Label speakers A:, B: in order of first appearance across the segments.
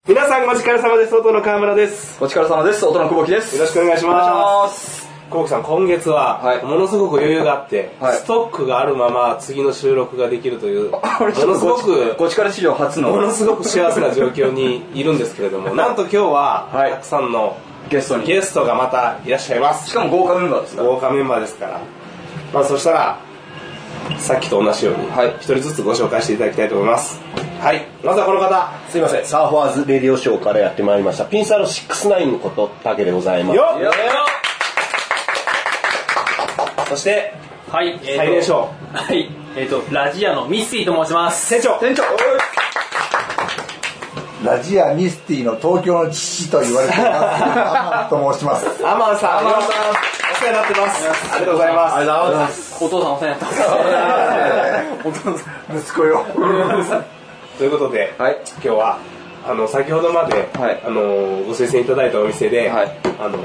A: ん、お疲れ様です。外の川村です。
B: お疲れ様です。音の久保木です。
A: よろしくお願いし
B: お願
A: ま
B: いします。
A: コウさん、今月は
B: は、い
A: ものすごく余裕があって、
B: はい
A: ストックがあるまま次の収録ができると いう、も
B: これちょ
A: の
B: っ
A: す
B: と
A: ご
B: ごち
A: く、
B: ご力史上初
A: もの
B: の
A: すごく幸せな状況にいるんですけれど も、なんと今日は、
B: はい
A: たくさんの
B: ゲストに。
A: ゲストがまたいらっしゃいます。
B: しかも豪華メンバーですから。
A: 豪華メンバーですから、まあ、そしたらさっきと同じように
B: はい
A: 一人ずつご紹介していただきたいと思いますはいまずはこの方
C: すいません、サーファーズレディオショーからやってまいりました。ピンサロ69こと竹でございます。
A: よっ
B: よ
A: そして
D: はい、えーと
A: 最年少
D: はい、えっ、と、ラジアのミッシーと申します。
A: 店長
B: 店長、
E: ラジアミスティの東京の父と言われています。アマンと申します。
A: アマンさん
B: アマンさん
A: お世話になってますありがとうございます
B: ありがとうございます。
D: お父さんお世話になった。お父さん。
E: 息子 よ。
A: ということで、
B: はい
A: 今日はあの先ほどまで、
B: はい
A: あのご推薦いただいたお店で、
B: はい
A: あの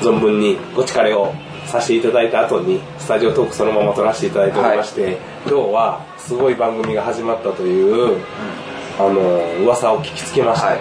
A: 存分にご力をさせていただいた後にスタジオトークそのまま撮らせていただいておりまして、今日はすごい番組が始まったという、あの噂を聞きつけまして、
B: はい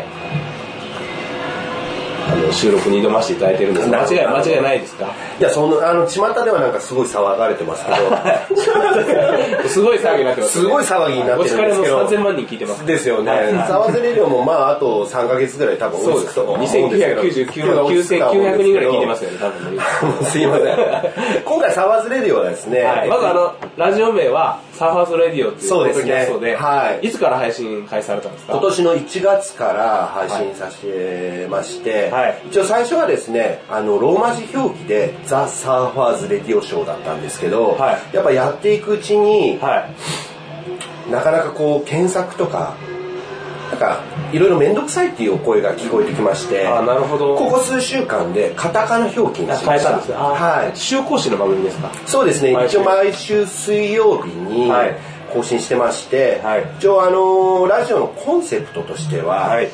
A: あの収録に挑ませていただいてるんです間違い間違いないですか
C: いや、その、あの、巷ではなんかすごい騒がれて ますけど、
A: すごい騒ぎになってます、
C: すごい騒ぎになってるんですけ
A: ご力の3000
C: ど、
A: 万人聞いてます
C: ですよね。サワズレディオもまあ、あと3ヶ月ぐらい多分
A: そ
C: 追
A: うで
C: いつく
A: す。
C: と思うんですけど。
A: 2999万9900人ぐらい聞いてますよね、多分ね。
C: すいません。 今回サワズレディオはですね、
A: はい、まずあの、ラジオ名は、サーファーズレディオっていう
C: そうですね
A: ポッドキャストで、
C: はい
A: いつから配信開始されたんですか
C: 今年の1月から配信させまして、
A: はい
C: 一応最初はですねあのローマ字表記で「ザ・サーファーズ・レディオ・ショー」だったんですけど、
A: はい
C: やっぱやっていくうちに、
A: はい。
C: なかなかこう検索とかなんかいろいろ面倒くさいっていうお声が聞こえてきまして
A: あ、なるほど。
C: ここ数週間でカタカナ表記にしま
A: あ
C: した
A: 変えたんですね。あ
C: はい、
A: 週講師の番組ですか
C: そうですね
A: 毎週
C: 一応毎週水曜日に
A: はい
C: 更新してまして、
A: はい
C: 一応あのラジオのコンセプトとしては、
A: はい。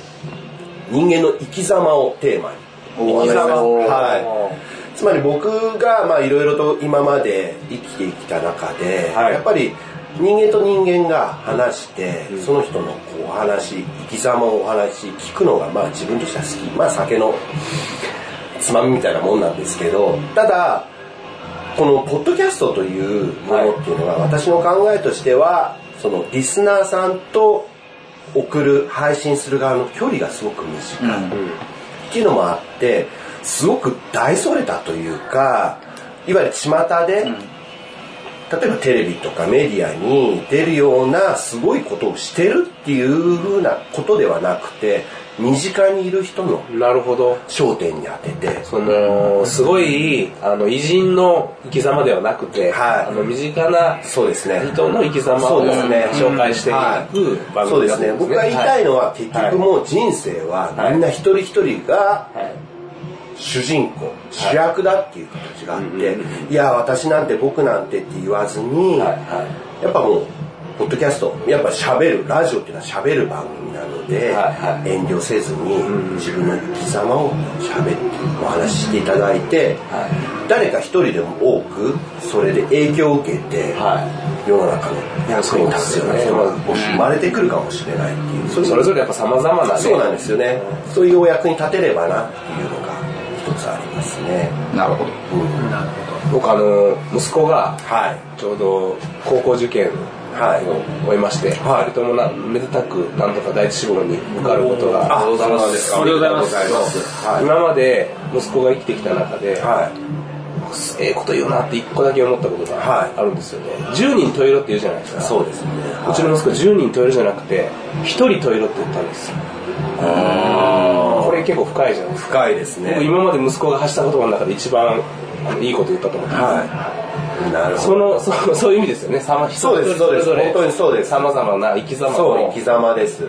C: 人間の生き様をテーマに
A: 生き様
C: はいつまり僕がまあいろいろと今まで生きてきた中で、
A: はい
C: やっぱり人間と人間が話して、その人のこうお話生き様をお話聞くのがまあ自分としては好きまあ酒のつまみみたいなもんなんですけどただこのポッドキャストというものっていうのは私の考えとしてはそのリスナーさんと送る配信する側の距離がすごく短い、っていうのもあってすごく大それたというかいわゆる巷で、例えばテレビとかメディアに出るようなすごいことをしてるっていうふうなことではなくて身近にいる人の
A: なるほど。
C: 焦点に当てて
A: その、すごい、あの、偉人の生き様ではなくて、
C: はい
A: あの、身近な
C: そうですね
A: 人の生き様
C: そ
A: を
C: うですね
A: 紹介していく番
C: そう
A: 組
C: で
A: だと思
C: すね
A: うん
C: 僕が言いたいのは結
A: はい
C: 局もう人生はみんな一人一人が
A: はい
C: 主人公主役だっていう形があっていや私なんて僕なんてって言わずに
A: はい
C: やっぱもうポッドキャストやっぱ喋るラジオっていうのは喋る番組なので
A: はいは
C: 遠慮せずに自分の生き様を喋ってお話ししていただいて誰か一人でも多くそれで影響を受けて
A: はい。
C: 世の中の役に立つような人が
A: うん
C: もし生まれてくるかもしれないっていう、
A: それぞれやっぱ様々なね、
C: そうなんですよね、そういうお役に立てればなっていうのが一つありますね、
B: なるほど。
C: うん
A: 僕あの、息子が、
C: はい
A: ちょうど高校受験
C: は
A: を終えまして、
C: はい
A: 二人ともなめでたくなんとか第一志望に受かることが、
C: そうなんですか
D: ありがとうございます
C: はい、
A: 今まで息子が生きてきた中で、
C: はい、
A: ええこと言うなって一個だけ思ったこと
C: はい
A: があるんですよね、10人十色って言うじゃないですか
C: そうですね
A: うちの息子10人十色じゃなくて1人十色って言ったんですよこれ結構深いじゃないですか
C: 深いです
A: 僕
C: ね
A: 今まで息子が発した言葉の中で一番あのいいこと言ったと思ってます
C: はいなるほ
A: そ
C: ど
A: のそうそういう意味ですよねさま
C: そうですそうです本当にそうです
A: さまざまな生き様を
C: そう生き様です、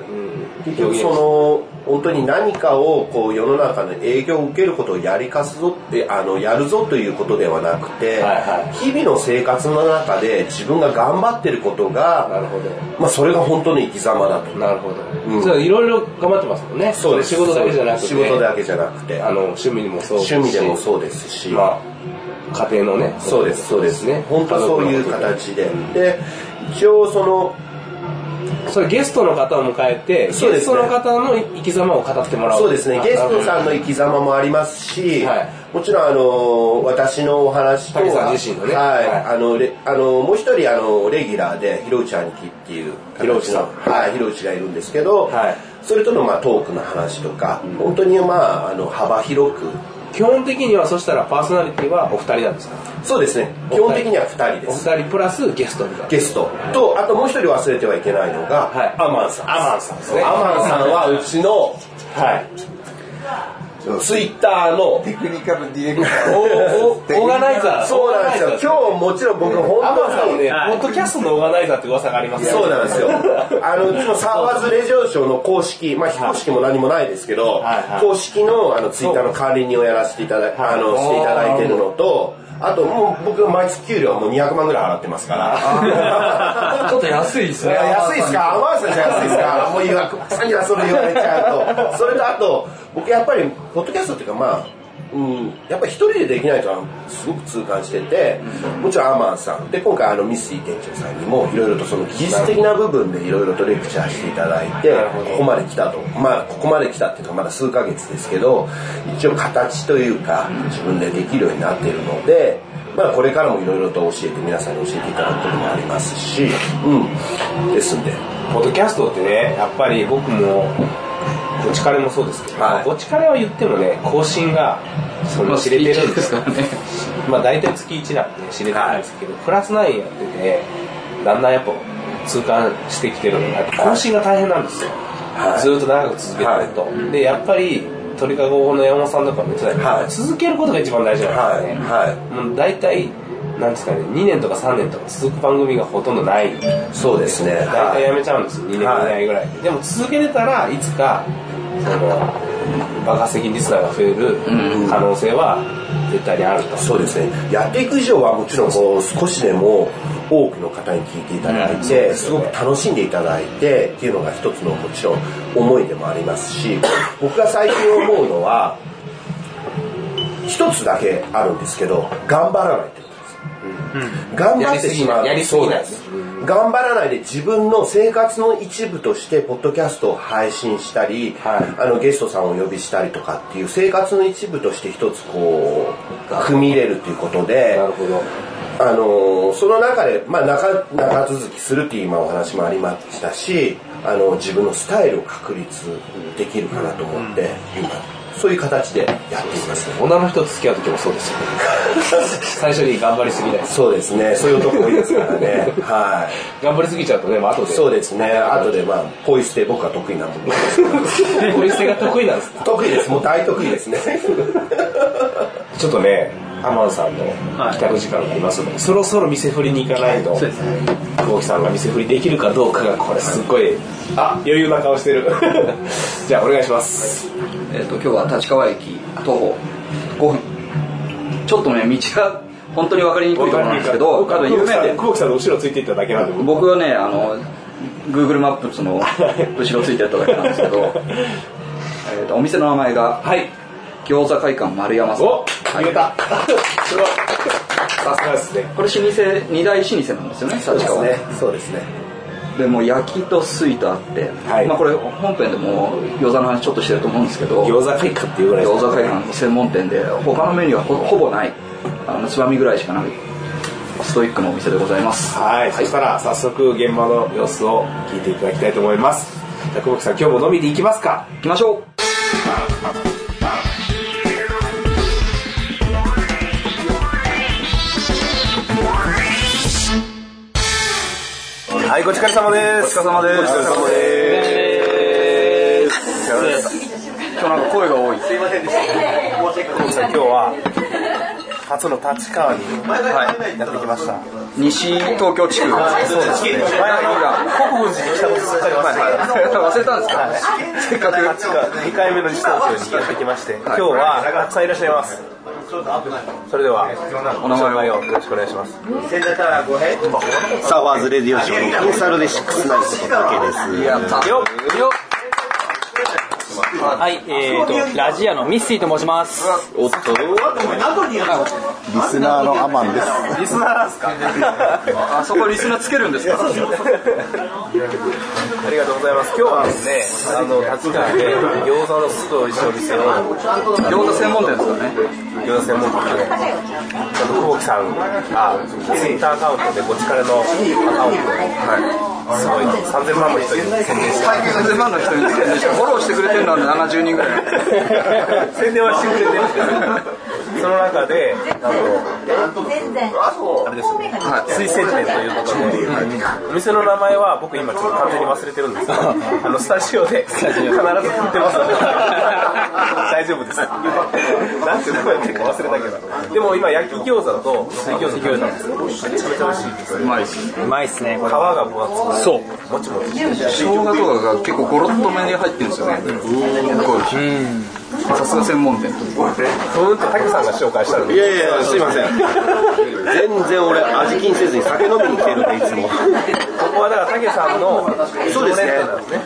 C: 結局その本当に何かをこう世の中の影響を受けることをやりかすぞってあのやるぞということではなくて、
A: はいは
C: 日々の生活の中で自分が頑張ってること
A: な
C: が、
A: るほど
C: まあ、それが本当の生き様だと
A: なるほど、
C: うん
A: そういろいろ頑張ってますもんね仕事だけじゃなくて
C: 仕事だけじゃなくて
A: あの趣味にもそう
C: 趣味でも
A: う
C: そうですし、
A: まあ家庭のね
C: そうですそうですね本当そうい
A: 家
C: う
A: 族のこと
C: 形でで一応その
A: それゲストの方を迎えて、ゲ
C: そうで
A: ス
C: す
A: トの
C: ね
A: 方の生き様を語ってもらう
C: そうですね、
A: あ
C: ゲストさんの生き様もありますし、
A: はい
C: もちろんあの私のお話と
A: 谷さん自身のね
C: はい
A: はい
C: あのれあのもう一人あのレギュラーで広内兄貴っていう
A: 広内さん
C: 私のはい広内がいるんですけど、
A: はい
C: それとのまあトークの話とか、本当にまああの幅広く
A: 基本的にはそしたらパーソナリティはお二人なんですか
C: そうですね
A: お二人
C: 基本的には2人で
A: お
C: す
A: 二人プラスゲストみたいな
C: ゲストとあともう一人忘れてはいけないのが、
A: はい
C: アマンさん
A: アマンさんですね
C: アマンさんはうちの
A: はい
C: ツイッターの
E: テクニカルディレクター
A: おおオーガナイザー
C: そうなんですよ今日もちろん僕本
A: ア
C: 当
A: マンさんも
C: に
A: ね、
D: はい
A: ポッドキャストのオーガナイザーって噂がありますね
C: そう なんですよ。あの、いつもサーバーズレジョーションの公式、まあ非公式も何もないですけど
A: はいは、い
C: 公式のあのツイッターの管理人をやらせていただいあのしていただいてるのと、あともう僕毎月給料もう200万ぐらい払ってますから。
D: ちょっと安いですね。
C: 安いっすか甘いっすじゃ安いっすかもう岩倉さんにはそれ言われちゃうと。それとあと、僕やっぱり、ポッドキャストっていうかまあ、うん、やっぱ一人でできないとはすごく痛感してて、もちろんアマンさん、で今回あのミスイ店長さんにもいろいろとその技術的な部分でいろいろとレクチャーしていただいて、
A: なるほど
C: ここまで来たと、まあここまで来たっていうかまだ数ヶ月ですけど、一応形というか自分でできるようになっているので、まあこれからもいろいろと教えて皆さんに教えていただくこともありますし、うん、ですんで、
A: ポッドキャストってねやっぱり僕もごちかれもそうですけど、
C: はい
A: ごちかれは言ってもね更新がその知れてるんですよ
D: ね。
A: まあ大体月1なんで知れてるんですけど、プラス9やっててだんだんやっぱ痛感してきてるのが更新が大変なんですよ、
C: はい
A: ずっと長く続けてると、でやっぱり鳥かごの山本さんとかも言ってたけど、
C: はい
A: 続けることが一番大事なんですよね、
C: はい
A: もう大体なんですかね2年とか3年とか続く番組がほとんどない
C: そうですね。
A: 大体や
C: はい
A: めちゃうんですよ、2年以内ぐらいで、でも続けてたらいつかその爆発的リスナーが増える可能性は絶対にあると、
C: そうですね。やっていく以上はもちろんこう少しでも多くの方に聞いていただいて、すごく楽しんでいただいてっていうのが一つのもちろん思いでもありま すし、僕が最近思うのは、一つだけあるんですけど、頑張らないってことです。頑張ってしまう。
A: やりすぎないやりすぎない
C: そうなんです頑張らないで自分の生活の一部として、ポッドキャストを配信したり、
A: はい
C: あのゲストさんをお呼びしたりとかっていう、生活の一部として一つこう、組み入れるということで、
A: なるほど
C: あのーその中で、まあ、長長続きするっていう今お話もありましたし、あの自分のスタイルを確立できるかなと思って、今そういう形でやっています、
A: 女の人と付き合う時もそう ですよね最初に頑張りすぎないです
C: そうですねそういうとこ多いですから ねはい
A: 頑張りすぎちゃうとねもう後で
C: そう
A: で
C: ですね後でまあポイ捨て僕は得意なもんですから
A: ポイ捨てが得意なんです
C: 得意ですもう大得意ですね
A: ちょっとねアマンさんの
D: はい
A: 帰宅時間がありますので、そろそろ店振りに行かないと
D: そうですね。
A: 久保木さんが店振りできるかどうかがこれすっごいあ余裕な顔してるじゃあお願いします、
B: えっと今日は立川駅徒歩5分ちょっとね道が本当に分かりにくいと思うんですけど
A: 僕
B: 多
A: は
B: 分
A: 久
B: 有
A: 保木さん
B: 名店
A: 久保木さんの後ろついていっただけなんで僕
B: 僕はねあの Google マップの後ろついてやっただけなんですけ どえっとお店の名前が
A: はい
B: 餃子会館丸山さん
A: お
B: はい
A: 言えたすごいさすがですね
B: これ老舗二大老舗なんですよね立川
C: そうですねそうですね
B: でもう焼きと水とあって、
A: はい
B: まあこれ本編でも餃子の話ちょっとしてると思うんですけど
A: 餃子会館っていうぐらい
B: 餃
A: です
B: 子会館の専門店で他のメニューはほほぼないあのつまみぐらいしかないストイックのお店でございます
A: はい、そしたら早速現場の様子を聞いていただきたいと思いますじゃあ久保木さん今日も飲みに行きますか
B: 行きましょう
C: はいごちそうさまです
B: お疲れ様です
C: お疲れ様です
B: 今日なんか声が多いすいません
C: 久保木さん今日は初の立川に
B: はい
C: やってきました
B: 西東京地区そうです前が
C: 本日来たことすっかり
B: 忘れたんですかせっかく
C: 2回目の自動車にやってきまして、今日はたくさんいらっしゃいます。それでは、
B: お名前を
C: よろしくお願いします。サーバーズレディオショーのサルでシックスナイスの竹です。
B: やったよ
D: はい、えーと、ラジアのミッシーと申します。おっと、
E: リスナーのアマンです。
B: リスナーなんすかあそこリスナーつけるんですか
A: ありがとうございます。今日はですね、あの、立川で餃子のすごい美味しいお店を、
B: 餃子専門店ですよね
A: 餃子専門店で、あの、久保木さんが、ツイッターアカウントでご力のアカウントを、すごい、3000万の人に宣伝して、
B: 全然ファンの人に宣伝してフォローしてくれてるのは70人ぐらい
A: 宣伝はしてくれてるんですけど、その中で、あの、
F: 全然。あれですね。
A: 水仙店ということで、お店の名前は僕今ちょっと完全に忘れてるんですけ ど、あのスタジオで必ず振って ますので、大丈夫です。なんて名前結構忘れたけど、でも今焼き餃子と水餃子餃子なんですよ。めちゃめちゃ美味しいです。
B: うまいし
D: うまいっすね、こ
A: 皮
D: れ。
A: が分厚くて、
D: そう。
A: もちもちしてる。
B: 生姜とかが結構ゴロッと目に入ってるんですよねさすが専門店
A: ふーんとタケさんが紹介したので、
C: いやいや、すいません。全然俺、味 気にせずに酒飲みに来てるんで、いつも。
A: ここはだからタケさんの
C: そうですね。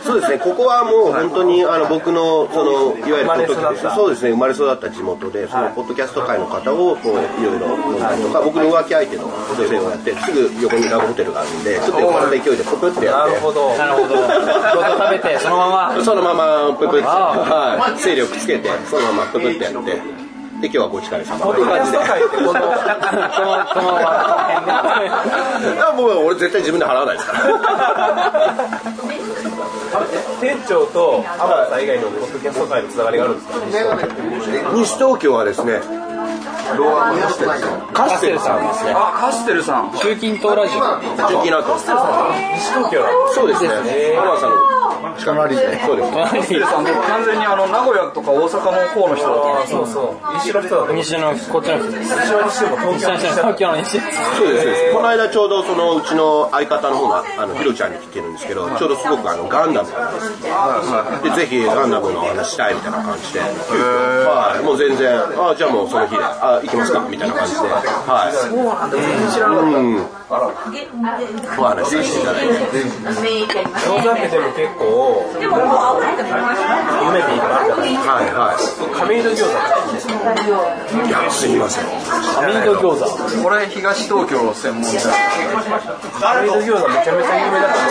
C: そうですね。ここはもう本当にあの僕のそのいわゆるポッドキ
A: 生まれ育
C: ャス
A: っ
C: ト
A: た
C: そうですね生まれ育った地元でそのポッドキャスト界の方をこういろいろ問題とか僕の浮気相手の女性をやってすぐ横にラブホテルがあるんでちょっと横の勢いでポプってや
A: な
C: っ
A: るほど。
D: なるほど。餃子食べて、そのまま。
C: てそのままププって
D: わ
C: はい勢力つけてそのままププってやってで今日はごちかれ様
A: ポッドキャスト界 ってこの、この、
D: この
C: いやもう俺絶対自分で払わないですから
A: 店長と天野さん以外のポッドキャスト界のつながりがあるんですか
C: 西東京はですね
D: カステルさんですね。
B: あカステルさん
D: 中近東ラジオ。
C: 純金ラー
A: 西東京なんで
C: そうですね天野さんの近くでそうです
B: さんもう完全にあの名古屋とか大阪の方の人だと思う
A: すそうそう。西の人だと思う
D: 西の、こっちの人です。
A: 西の人も東
D: 西
A: 京の
D: の人、
A: 人
D: 東京の西です。
C: そうですそうですこの間ちょうどそのうちの相方の方があのひろちゃんに来てるんですけどちょうどすごくあのガンダムの話でぜひガンダムの話したいみたいな感じではいもう全然あじゃあもうその日であ行きますかみたいな感じではいそうなんだ
F: お話ししていただい
A: 東京ってでも結構、
F: て。でも、もう青いと思いました。
A: 夢でいいなって。
C: はいは
A: 亀戸餃子。
C: いいやすみません
D: ミント餃子。
B: これ東東京専門店
A: 亀戸餃子めちゃめちゃ有名だと思ったんで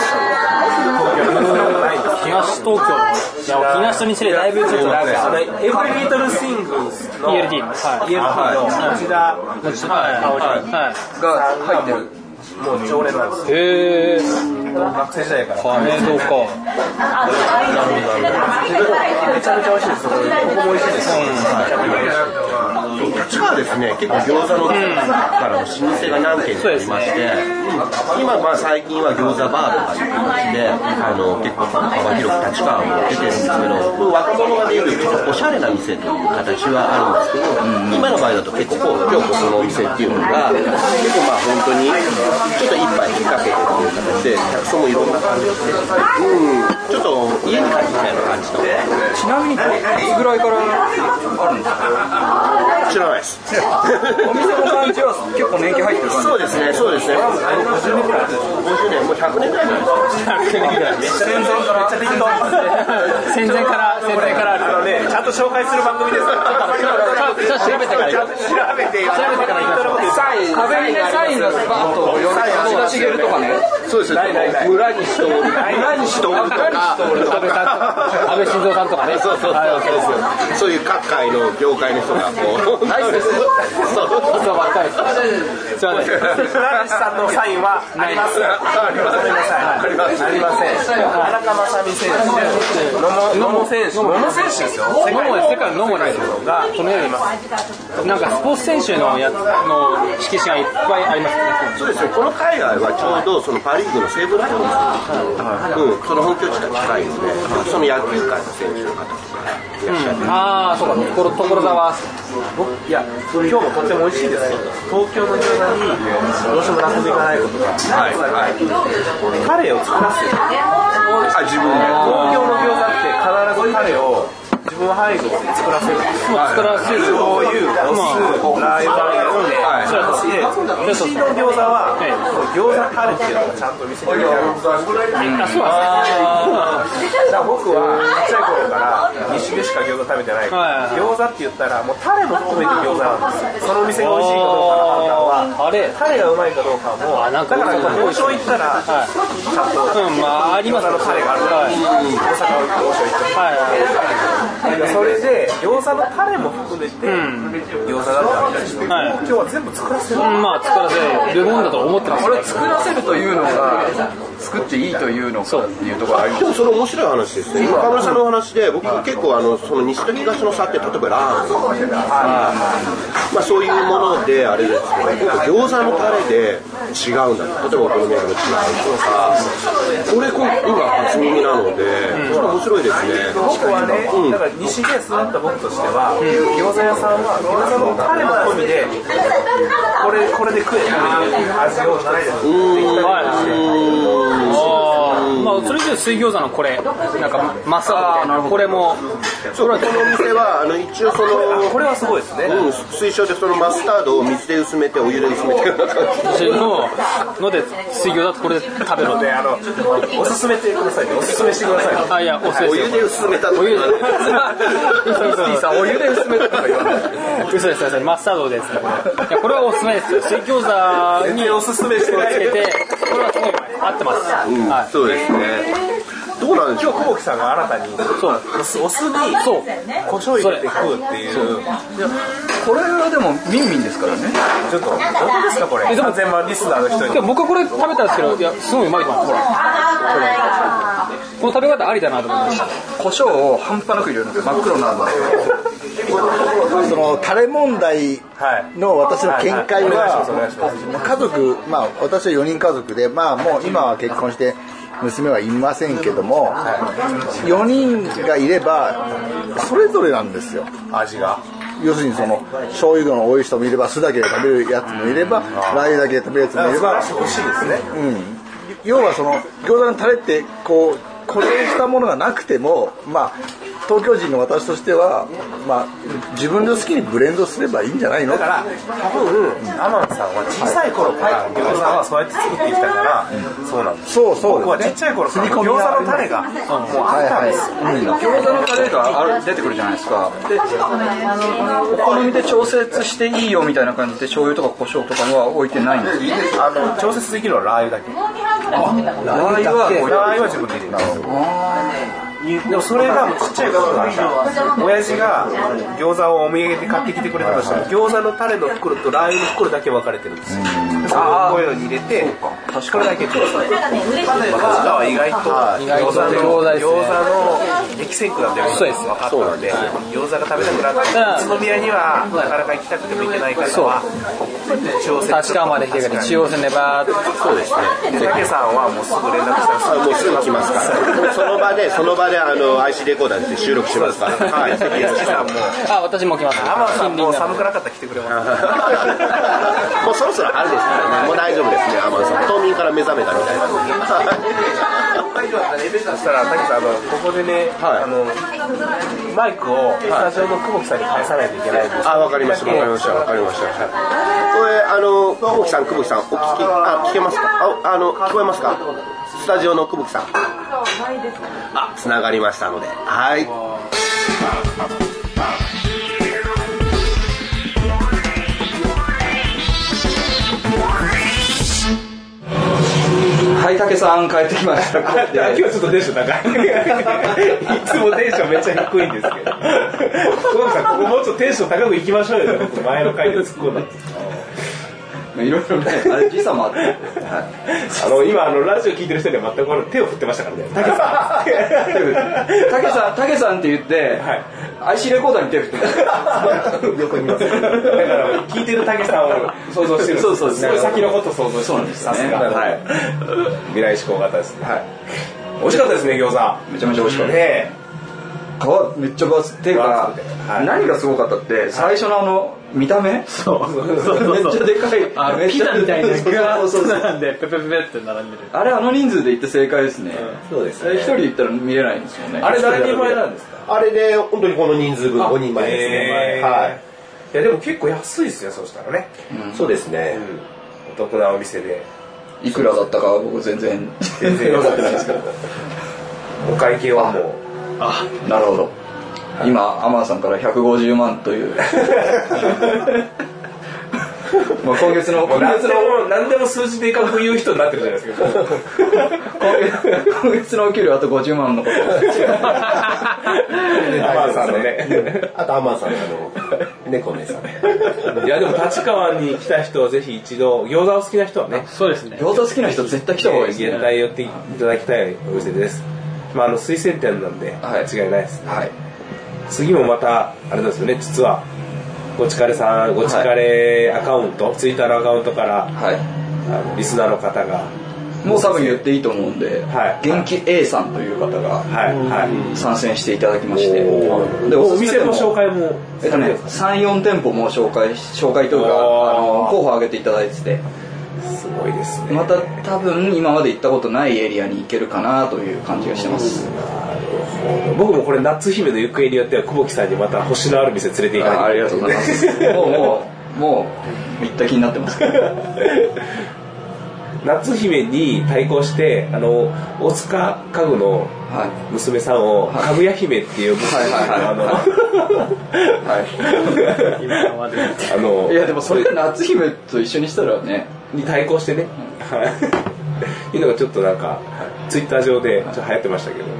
A: すけど、東京はそんなことないんです
D: 東東京の。いや、東と西でだいぶちょっとなんか、
A: よ。エブリリトルシングスの
D: ELT。はい。
A: ELT の内田
D: はい。
B: が入ってる
A: もう常連なんですよ。
D: へえ。
A: 学生時代から。
D: 亀戸か。
A: めちゃめちゃ美味しいですよ。ここも美味しいです。
C: 立川ですね、結構餃子のからの老舗が何軒かありまして、今まあ最近は餃子バーとかいう形で、あの結構幅広く立川も出てるんですけど、若者が出るちょっとおしゃれな店という形はあるんですけど、今の場合だと結構こう、今日ここのお店っていうのが、結構まあ本当に、ちょっと一杯引っ掛けてっていう形で、客層もいろんな感じで、うん、ちょっと家に帰るみたいな感じの。
B: ちなみにこれいつぐらいからあるんですか
C: 知らないです。
B: お店の感じは結構年季入ってる感じ
C: そうですね、そうですね。50年ぐらい、50年、もう100年ぐらいじゃないですか。
B: 戦前から戦前から
D: 戦前から、戦前からある。
A: あのね、ちゃんと紹介する番組ですから。
D: ちょっと調べてから行こう。
A: 調べてよ。調べてから行ったことサイン。
B: 壁にねサインがスパッと寄る足立げるとかね
C: そうですね。村に人おる。村に人おるとか。
D: 安倍さん安倍晋三さんとかね。
C: そうそう
D: はい
C: そうそうですよ。そういう各界の業界の人がこう。ないです。そう。
D: そうばっかりです。すいません。
A: 村西さんのサインはあります。
C: あります。あります。ありません。
A: 田中正美選手、野茂選手、野茂選手ですよ。
D: 世界の世界の主ですがこのようにいますなんかスポーツ選手のやつの色紙がいっぱいありますね
C: そうですね。この海外はちょうどそのパリーグの西部ライオンズ。うん。その本拠地が近いので、その野球界の選手の方とかいらっしゃる。
D: ああそうか所所沢
A: いや、今日もとっても美味しいですよ。東京の餃子にどうしても納得いかないことが、
C: はいはい。
A: カレーを作らせて、東
C: あ自分で。
A: 京の餃子って必ずカレーを自分配合で作らせるんですよ。
D: 作らせる
A: 醤油、お酢、ラー油、
C: はい
A: そして、西の餃子は、餃子カレーっていうのがちゃんと店に置いてあるんですよ。
D: あそうなんですね
A: だから僕は小さい頃から西でしか餃子食べてない
D: は
A: 餃
D: いはいはい
A: 子って言ったらもうタレも含めて餃子なんですよそのお店が美味しいかどうかの判断は
D: あれ
A: タレがうまいかどうかはもう
D: あなんか
A: だから王将行ったら、
D: はい
A: ちゃんと
D: うんまああります
A: 餃子のタレがあるから、
D: はい
A: 大阪の王将行ったら
D: は
A: そ
D: い
A: れで餃子のタレも含めて、
D: ん
A: 餃子だったみたいですね、
D: はい
A: 今日は全部作らせる、
D: うんまあ作らせるもんだと思ってます
B: これ作らせるというのが作っていいというのかっていうところがあります
C: でもそれ面白い話ですね中村さんのお話で僕結構あのその西と東の差って例えばラーメンとか、まあ、そういうものであれですけど餃子のタレで違うんだ例えばお好み焼きの違いとかこれ今今初耳なので、それ面白いですね
A: 僕はね、
C: うん
A: だから西で育った僕としては、餃子屋さんは餃子のタレも込みでこれこれで食えたなっていう味を一つ出来たりして
D: あーまあそれで水餃子のこれなんかマスターみたいなこれも
C: そうこのお店はあの一応その
A: これはすごいですね、
C: うん、推奨でそのマスタードを水で薄めてお湯で薄めてるような感じ
D: それのので水餃子とこれで食べろ
A: であのおすすめてくださいねおすすめしてくださいね
D: あいやお酢
C: お
D: で
C: 湯
D: す
C: で
D: よ
C: 薄めたお
D: お湯
B: ミ
D: で
B: スティさんお湯で薄めたとか言わない
D: 嘘です嘘ですマスタードですねこれいやこれはおすすめですよ水餃子におすすめしてつけてこれはすごいうまい合ってます、はい
C: そうですねどうなんでしょ
A: 今日久保
C: う
A: 木さんが新たに
D: そう
A: お酢お酢に
D: そう
A: 胡椒入れて食うっていう
B: これはでもミンミンですからね
A: ちょっと何ですかこれ
D: でも
A: 完全版リスナーの人に
D: でも僕はこれ食べたんですけどいやすごいうまいと思いますほらこの食べ方ありだなと思いました
B: 胡椒を半端なく入れるんですよ真っ黒になるまで
G: そのタレ問題
A: はい
G: の私の見解
A: はいはいお願いしま
G: はもう家族まあ私は4人家族でまあもう今は結婚して娘はいませんけども4人がいればそれぞれなんですよ
A: 味が
G: 要するにその醤油の多い人もいれば酢だけで食べるやつもいればラー油だけで食べるやつもいれば
A: 美味しいですね
G: うん、要はその餃子のタレってこう固定したものがなくても、まあ、東京人の私としては、まあ、自分の好きにブレンドすればいいんじゃないの
A: だから多分アマンさんは小さい頃から餃子はそうやって作ってきたからそうなんです
G: そうそう
A: 僕は
G: で
A: ち
G: すね
A: っちゃい頃から
G: 刷
A: 餃
G: り込みが
A: 子のタレがもうあったんですよ
G: はいはいうん
B: 餃子のタレがある出てくるじゃないですかでお好みで調節していいよみたいな感じで醤油とか胡椒とかは置いてないんですよ
A: あの調節できるのはラー油だけラ
B: ラー油は置い
A: ー
B: て
A: 油は自分で入れるんですよでもそれがもうちっちゃい頃から親父が餃子をお土産で買ってきてくれたとしても餃子のタレの袋とラー油の袋だけ分かれてるんですよでそれをこういうのに入れてこれだけこは意外と餃子の
D: 餃子ですね
A: 餃子の激戦区なんだよ
D: そうです
A: 分かったんで餃子が食べたくなった宇都宮にはなかなか行きたくても行けない方は中央線
D: 立川まで来てから中央線でバーッとそうです
A: 竹さんはもうすぐ連絡したらすぐ
C: あもうすぐ来ますからもうその場でその場であの IC レコーダーで収録しますからはいぜひ
A: 屋敷さんも
D: あ私も来ます
A: 天野さんもう寒く
D: 近隣
A: なかったら来てくれます
C: もうそろそろ春ですからねもう大丈夫ですね天野さん冬眠から目覚めたみたいな
A: そしたら竹さんあのここでね
C: はい
A: あのマイクをスタジオの久保木さんに返さないといけないんです
C: あわかりましたわかりましたわかりましたはいこれあの久保木さん久保木さんお聞きあ聞けますかああの聞こえますかスタジオの久保木さんあつながりましたのではい
B: はい竹さん帰ってきました
A: 今日ちょっとテンション高いいつもテンションめっちゃ低いんですけど久保木さんここもうちょっとテンション高くいきましょうよ僕前の回で突っ込んだ
B: いろいろねあれ時差もあってはい
A: あの今あのラジオ聞いてる人には全くあの手を振ってましたからね竹さん
B: 竹さん竹さんって言って
A: はい
B: IC レコーダーに手振ってます
A: 横にいますだから聞いてる竹さんを想像してる
B: そうそうです
A: すごい先のことを想像してるんですさすが、
B: はい
A: 未来志向型ですね、はい、美味しかったですね餃子
B: めちゃめちゃ美味しかった
A: ね
B: 皮めっちゃ分厚くていう
A: 分
B: か
A: 厚くてはい
B: 何がすごかったって最初のあの見た目 めっちゃでかい
D: あ
B: めっ
D: ピ
B: ちゃ
D: ザみたいなグワ
B: そうそうそ
D: ッと
B: う
D: 並んでペペペペって並んでる
B: あれあの人数で行って正解ですね
C: そうです
B: 一人で行ったら見れないんですよね
A: あれ誰人前なんですか
C: あれで本当にこの人数分5人前ですね
A: えー
C: はい
A: いやでも結構安いですよそうしたらね、
C: そうですね
A: お得なお店で
B: いくらだったか僕全然
A: 全然分かってないですけどお会計はもう
B: なるほど今アマンさんから150万と いうまあ今月の今
A: 何
B: 月
A: で
B: の
A: も何でも数字でかく言う人になってるじゃないですか
B: 今月 今月のお給料あと50万のこと
C: アマンさんの
A: ね
C: ね。あとアマンさんのあの猫姉さ ん。
A: いやでも立川に来た人はぜひ一度餃子を好きな人はね
D: そうですね。
B: 餃子好きな人絶対来た方がいいです
A: 現
B: ね
A: 代寄っていただきたいお店ですまああの推薦店なんで
B: はい
A: 違いないです
B: はい
A: 次もまたあれなんですよね実はごちかれさんごちかれアカウントツイッターのアカウントから
B: は
A: あのリスナーの方が
B: いもう多分言っていいと思うんで、
A: はい
B: 元気 A さんという方が
A: はいはい
B: 参戦していただきまして
A: お
B: で
A: でお
B: すすめ
A: 店
B: でも
A: の紹介も
B: えっとね、34店舗もう紹介紹介というか
A: おー
B: あの候補挙げていただいてて
A: すごいですね
B: また多分今まで行ったことないエリアに行けるかなという感じがしてます
A: 僕もこれ夏姫の行方によっては久保木さんにまた星のある店連れて行か
B: あありがとうございます もうもうもう行った気になってますけど
A: 夏姫に対抗してあの大塚家具の
B: は
A: 娘さんをかぐや姫っていう娘
B: はいはいはい
A: あの
B: い、は
A: あの
B: い、いやでもそれで夏姫と一緒にしたらね
A: に対抗してね、はい、いうのがちょっとなんか、ツイッター上でちょっと流行ってましたけども、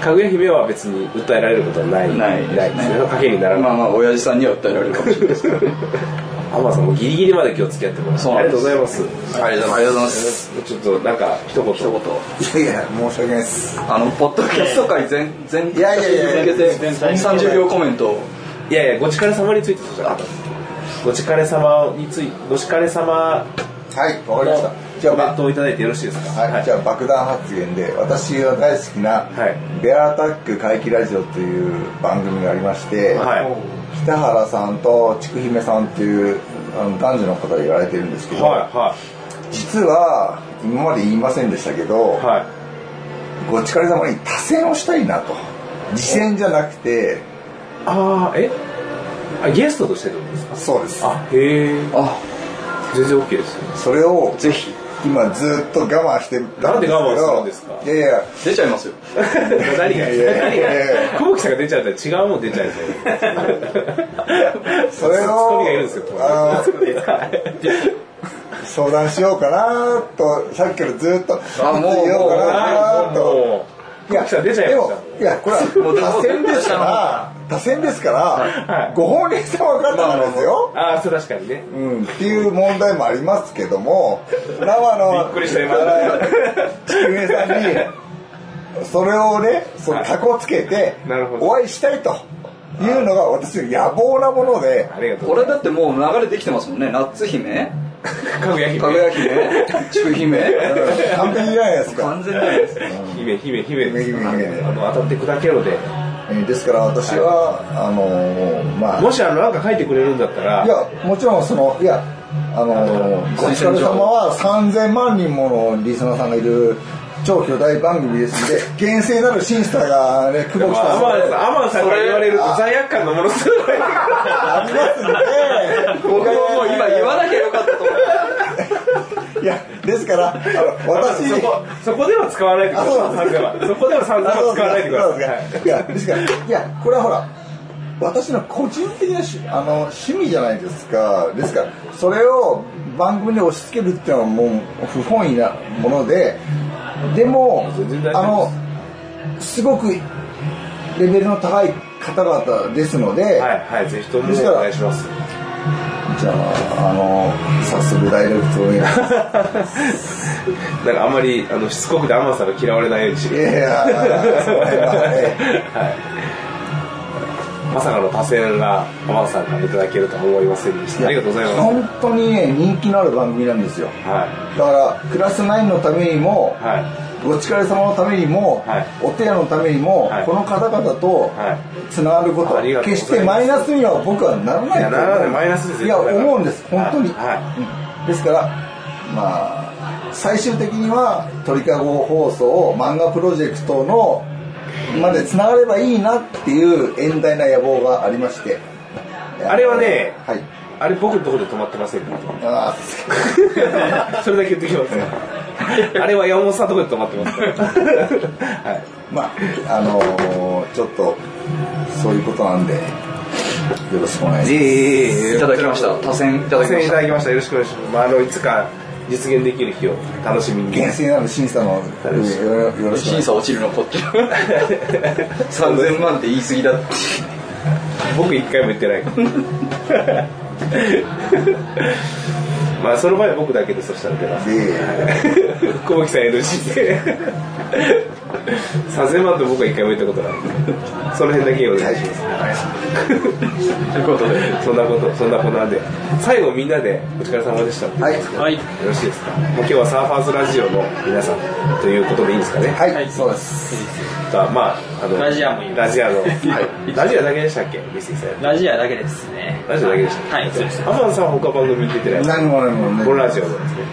A: かぐや姫は別に訴えられることはない、
B: ないですね
A: ですね、賭けにならな
B: ま
A: い、
B: あまあ親父さんには訴えられるかもしれないですけどね
A: アマさんもギリギリまで今日付き合ってもらって、
B: そう
A: あ
B: なん
A: り
B: で
A: がとうご
B: す
A: ざいます。
B: ありがとうございます
A: ちょっとなんか一言
B: 一言
E: いやいや申し訳ないです
B: あのポッドキャスト界全全
E: いやいやいや
B: 全体に向けて30秒コメントを
A: いやいやごちかれ様についてじゃなかったごちかれ様についごちかれ様
G: はい、わかりました
A: の。
G: じゃあ、
A: コメ
G: ば
A: ントをいただいてよろしいですか
G: はい、じゃあ爆弾発言で、私が大好きな
A: はい、
G: ベアアタック怪奇ラジオという番組がありまして、
A: はい
G: 北原さんと千久姫さんっていうあの男女の方がやられてるんですけど、
A: は
G: 実は今まで言いませんでしたけど、
A: いはい
G: ごちかれ様に多選をしたいなと。次戦じゃなくて、
A: ああえあゲストとしてどうですか
G: そうです。
A: あへえ
B: あ
A: 全然 OK ですよ
G: それを
B: ぜひ
G: 今ずっと我慢してたけど
A: なんで我慢するんですか
G: いやいや、
B: 出ちゃいますよ
A: 何が
G: いやいやい
A: 何
G: やい
A: が
G: や
A: 久保木さんが出ちゃったら違うもん出ちゃいそ
G: そうれ
A: ツッコ
G: を
A: ミがいるんですよ
G: あの相談しようかなとさっきからずっと
B: あもう
G: 言おうか
A: あ
G: な
A: あ
G: と
A: もう久保木さん出ちゃい
G: で
A: まし
G: もいやこれ は多選ですから多選ですからご本人様方なんですよ
A: たああそう確かにね
G: うん、っていう問題もありますけども生の
A: びっくりした今
G: 地球さんにそれをねそのタコつけて
A: なるほど
G: お会いしたいというのが私の野望なもので
A: ありがとうござい
B: 俺だってもう流れできてますもんねナッツ姫
A: ますかぐや姫
B: かぐや姫ちく姫
G: 完璧じゃないですか
B: 完全ないです
A: 姫姫姫
G: 姫姫姫
A: あの当たって砕けろで
G: えーですから私はあのーまあ
A: もしあのなんか書いてくれるんだったら
G: いやもちろんそのいやあのーごちそうさまは3000万人ものリスナーさんがいる超巨大番組ですので厳正なるシンスターがね久保木
A: まあ
G: さ
A: ア
G: ん
A: マンさんアマンさんから言われると罪悪感のものすごい
G: ありますね
B: 僕ももう今言わなきゃよかったと思って
G: いやですからあの私
A: そこそこでは使わないでください3000はそこでは3000は使わないでくださいはい
G: いやですからいやこれはほら私の個人的な趣あの趣味じゃないですかですからそれを番組に押し付けるっていうのはもう不本意なものででも
A: 全然大丈夫
G: あのすごくレベルの高い方々ですので、
A: はいはいぜひともお願いします
G: じゃああの早速ダイレクトにい
A: なんかあんまりあのしつこくてアマンさんが嫌われないようにし
G: やいやその辺はね
A: はい、まさかの多選が浜田さんからいただけるとは思いませんでしたありがとうございます、
G: 本当にね人気のある番組なんですよ
A: は
G: だからクラス9のためにも、
A: いは
G: ご力様のためにも、
A: はい
G: お手屋のためにも、
A: はい
G: この方々と
A: はい
G: つながること、
A: ありがとうございます
G: 決してマイナスには僕はならない
A: いやならないマイナスです
G: いや
A: よ
G: 思うんです本当に、
A: はい
G: うんですからまあ最終的には鳥かご放送漫画プロジェクトのまでつながればいいなっていう遠大な野望がありまして
A: あれはね
G: はい
A: あれ僕のところで止まってませんか
G: あ
A: それだけ言ってきますあれは山本さんのところで止まってますはい
G: まああのーちょっとそういうことなんでよろしくお願いします
B: いただきました多選いただきま
A: い
B: したた
A: だきましたよろしくお願いします、まあ、あのいつか実現できる日を楽しみに
G: 厳正なる審査のよろよろしくお願
B: 審
G: いし
B: 査落ちるのこっち3000万って言い過ぎだって
A: 僕一回も言ってないからまあその前は僕だけでそしたら出ます
G: ます
A: 小牧さん NG で3000万と僕は一回も言ったことないその辺だけお願いします、ということでそんなことそんなこんなんで最後みんなでお疲れ様でしたはい、
D: はい
A: よろしいですかもう今日はサーファーズラジオの皆さんということでいいんですかねはい
G: はいそうです
A: まああの
D: ラジアもいい
A: ラジアの、 ラジアだけでしたっけミスさん
D: ラジアだけですね
A: ラジオだけでした。
D: はいそうです
A: 浜田さんは他番組出てないですか。
G: 何も何もね
A: このラジオのですね。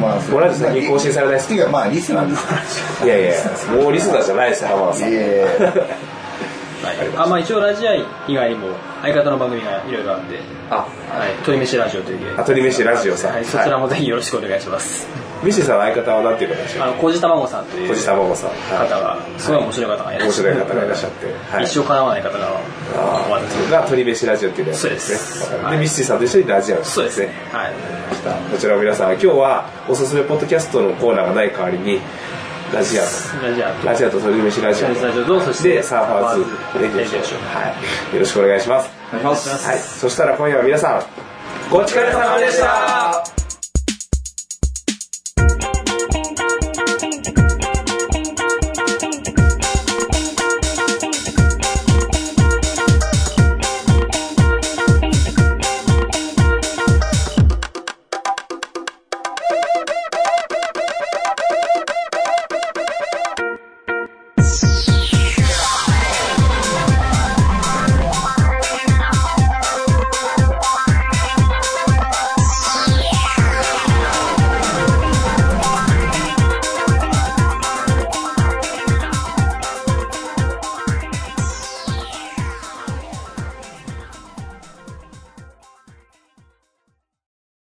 G: まあ
A: このラジオ最近更新されないです
G: ていうかまあリスナーですから
A: いやいや、もうリスナーじゃないですよ、浜田 さん。
G: え
D: はいあまあ一応ラジア以外にも相方の番組がいろいろあって
A: あ
D: はい鳥飯ラジオという
A: あ鳥飯ラジオさん
D: はいそちらもぜひよろしくお願いします
A: ミシさんの相方はなんていう方でしょう
D: あの小路卵さんという
A: 小路玉子さん。はい
D: 方がすごい面白い方がいらっ
A: 面
D: しゃ
A: 白い
D: って
A: 方がいらっしゃって。はい。
D: 一生かなわない方が終わっ
A: それが鳥飯ラジオっていうやつですね。
D: そうです
A: わかる
D: は
A: で、
D: い
A: ミッシーさんと一緒にラジオを
D: そうですね。はい
A: こちらを皆さん、今日はおすすめポッドキャストのコーナーがない代わりに、ラジア
D: ラジア
A: ラジアと鳥飯ラジオ。
D: 鳥飯ラジオとそして
A: で、サーファーズレディオショー。はい。よろしくお願いします。
B: お願いします
A: はい、そしたら今夜は皆さん、ごちそうさまでした。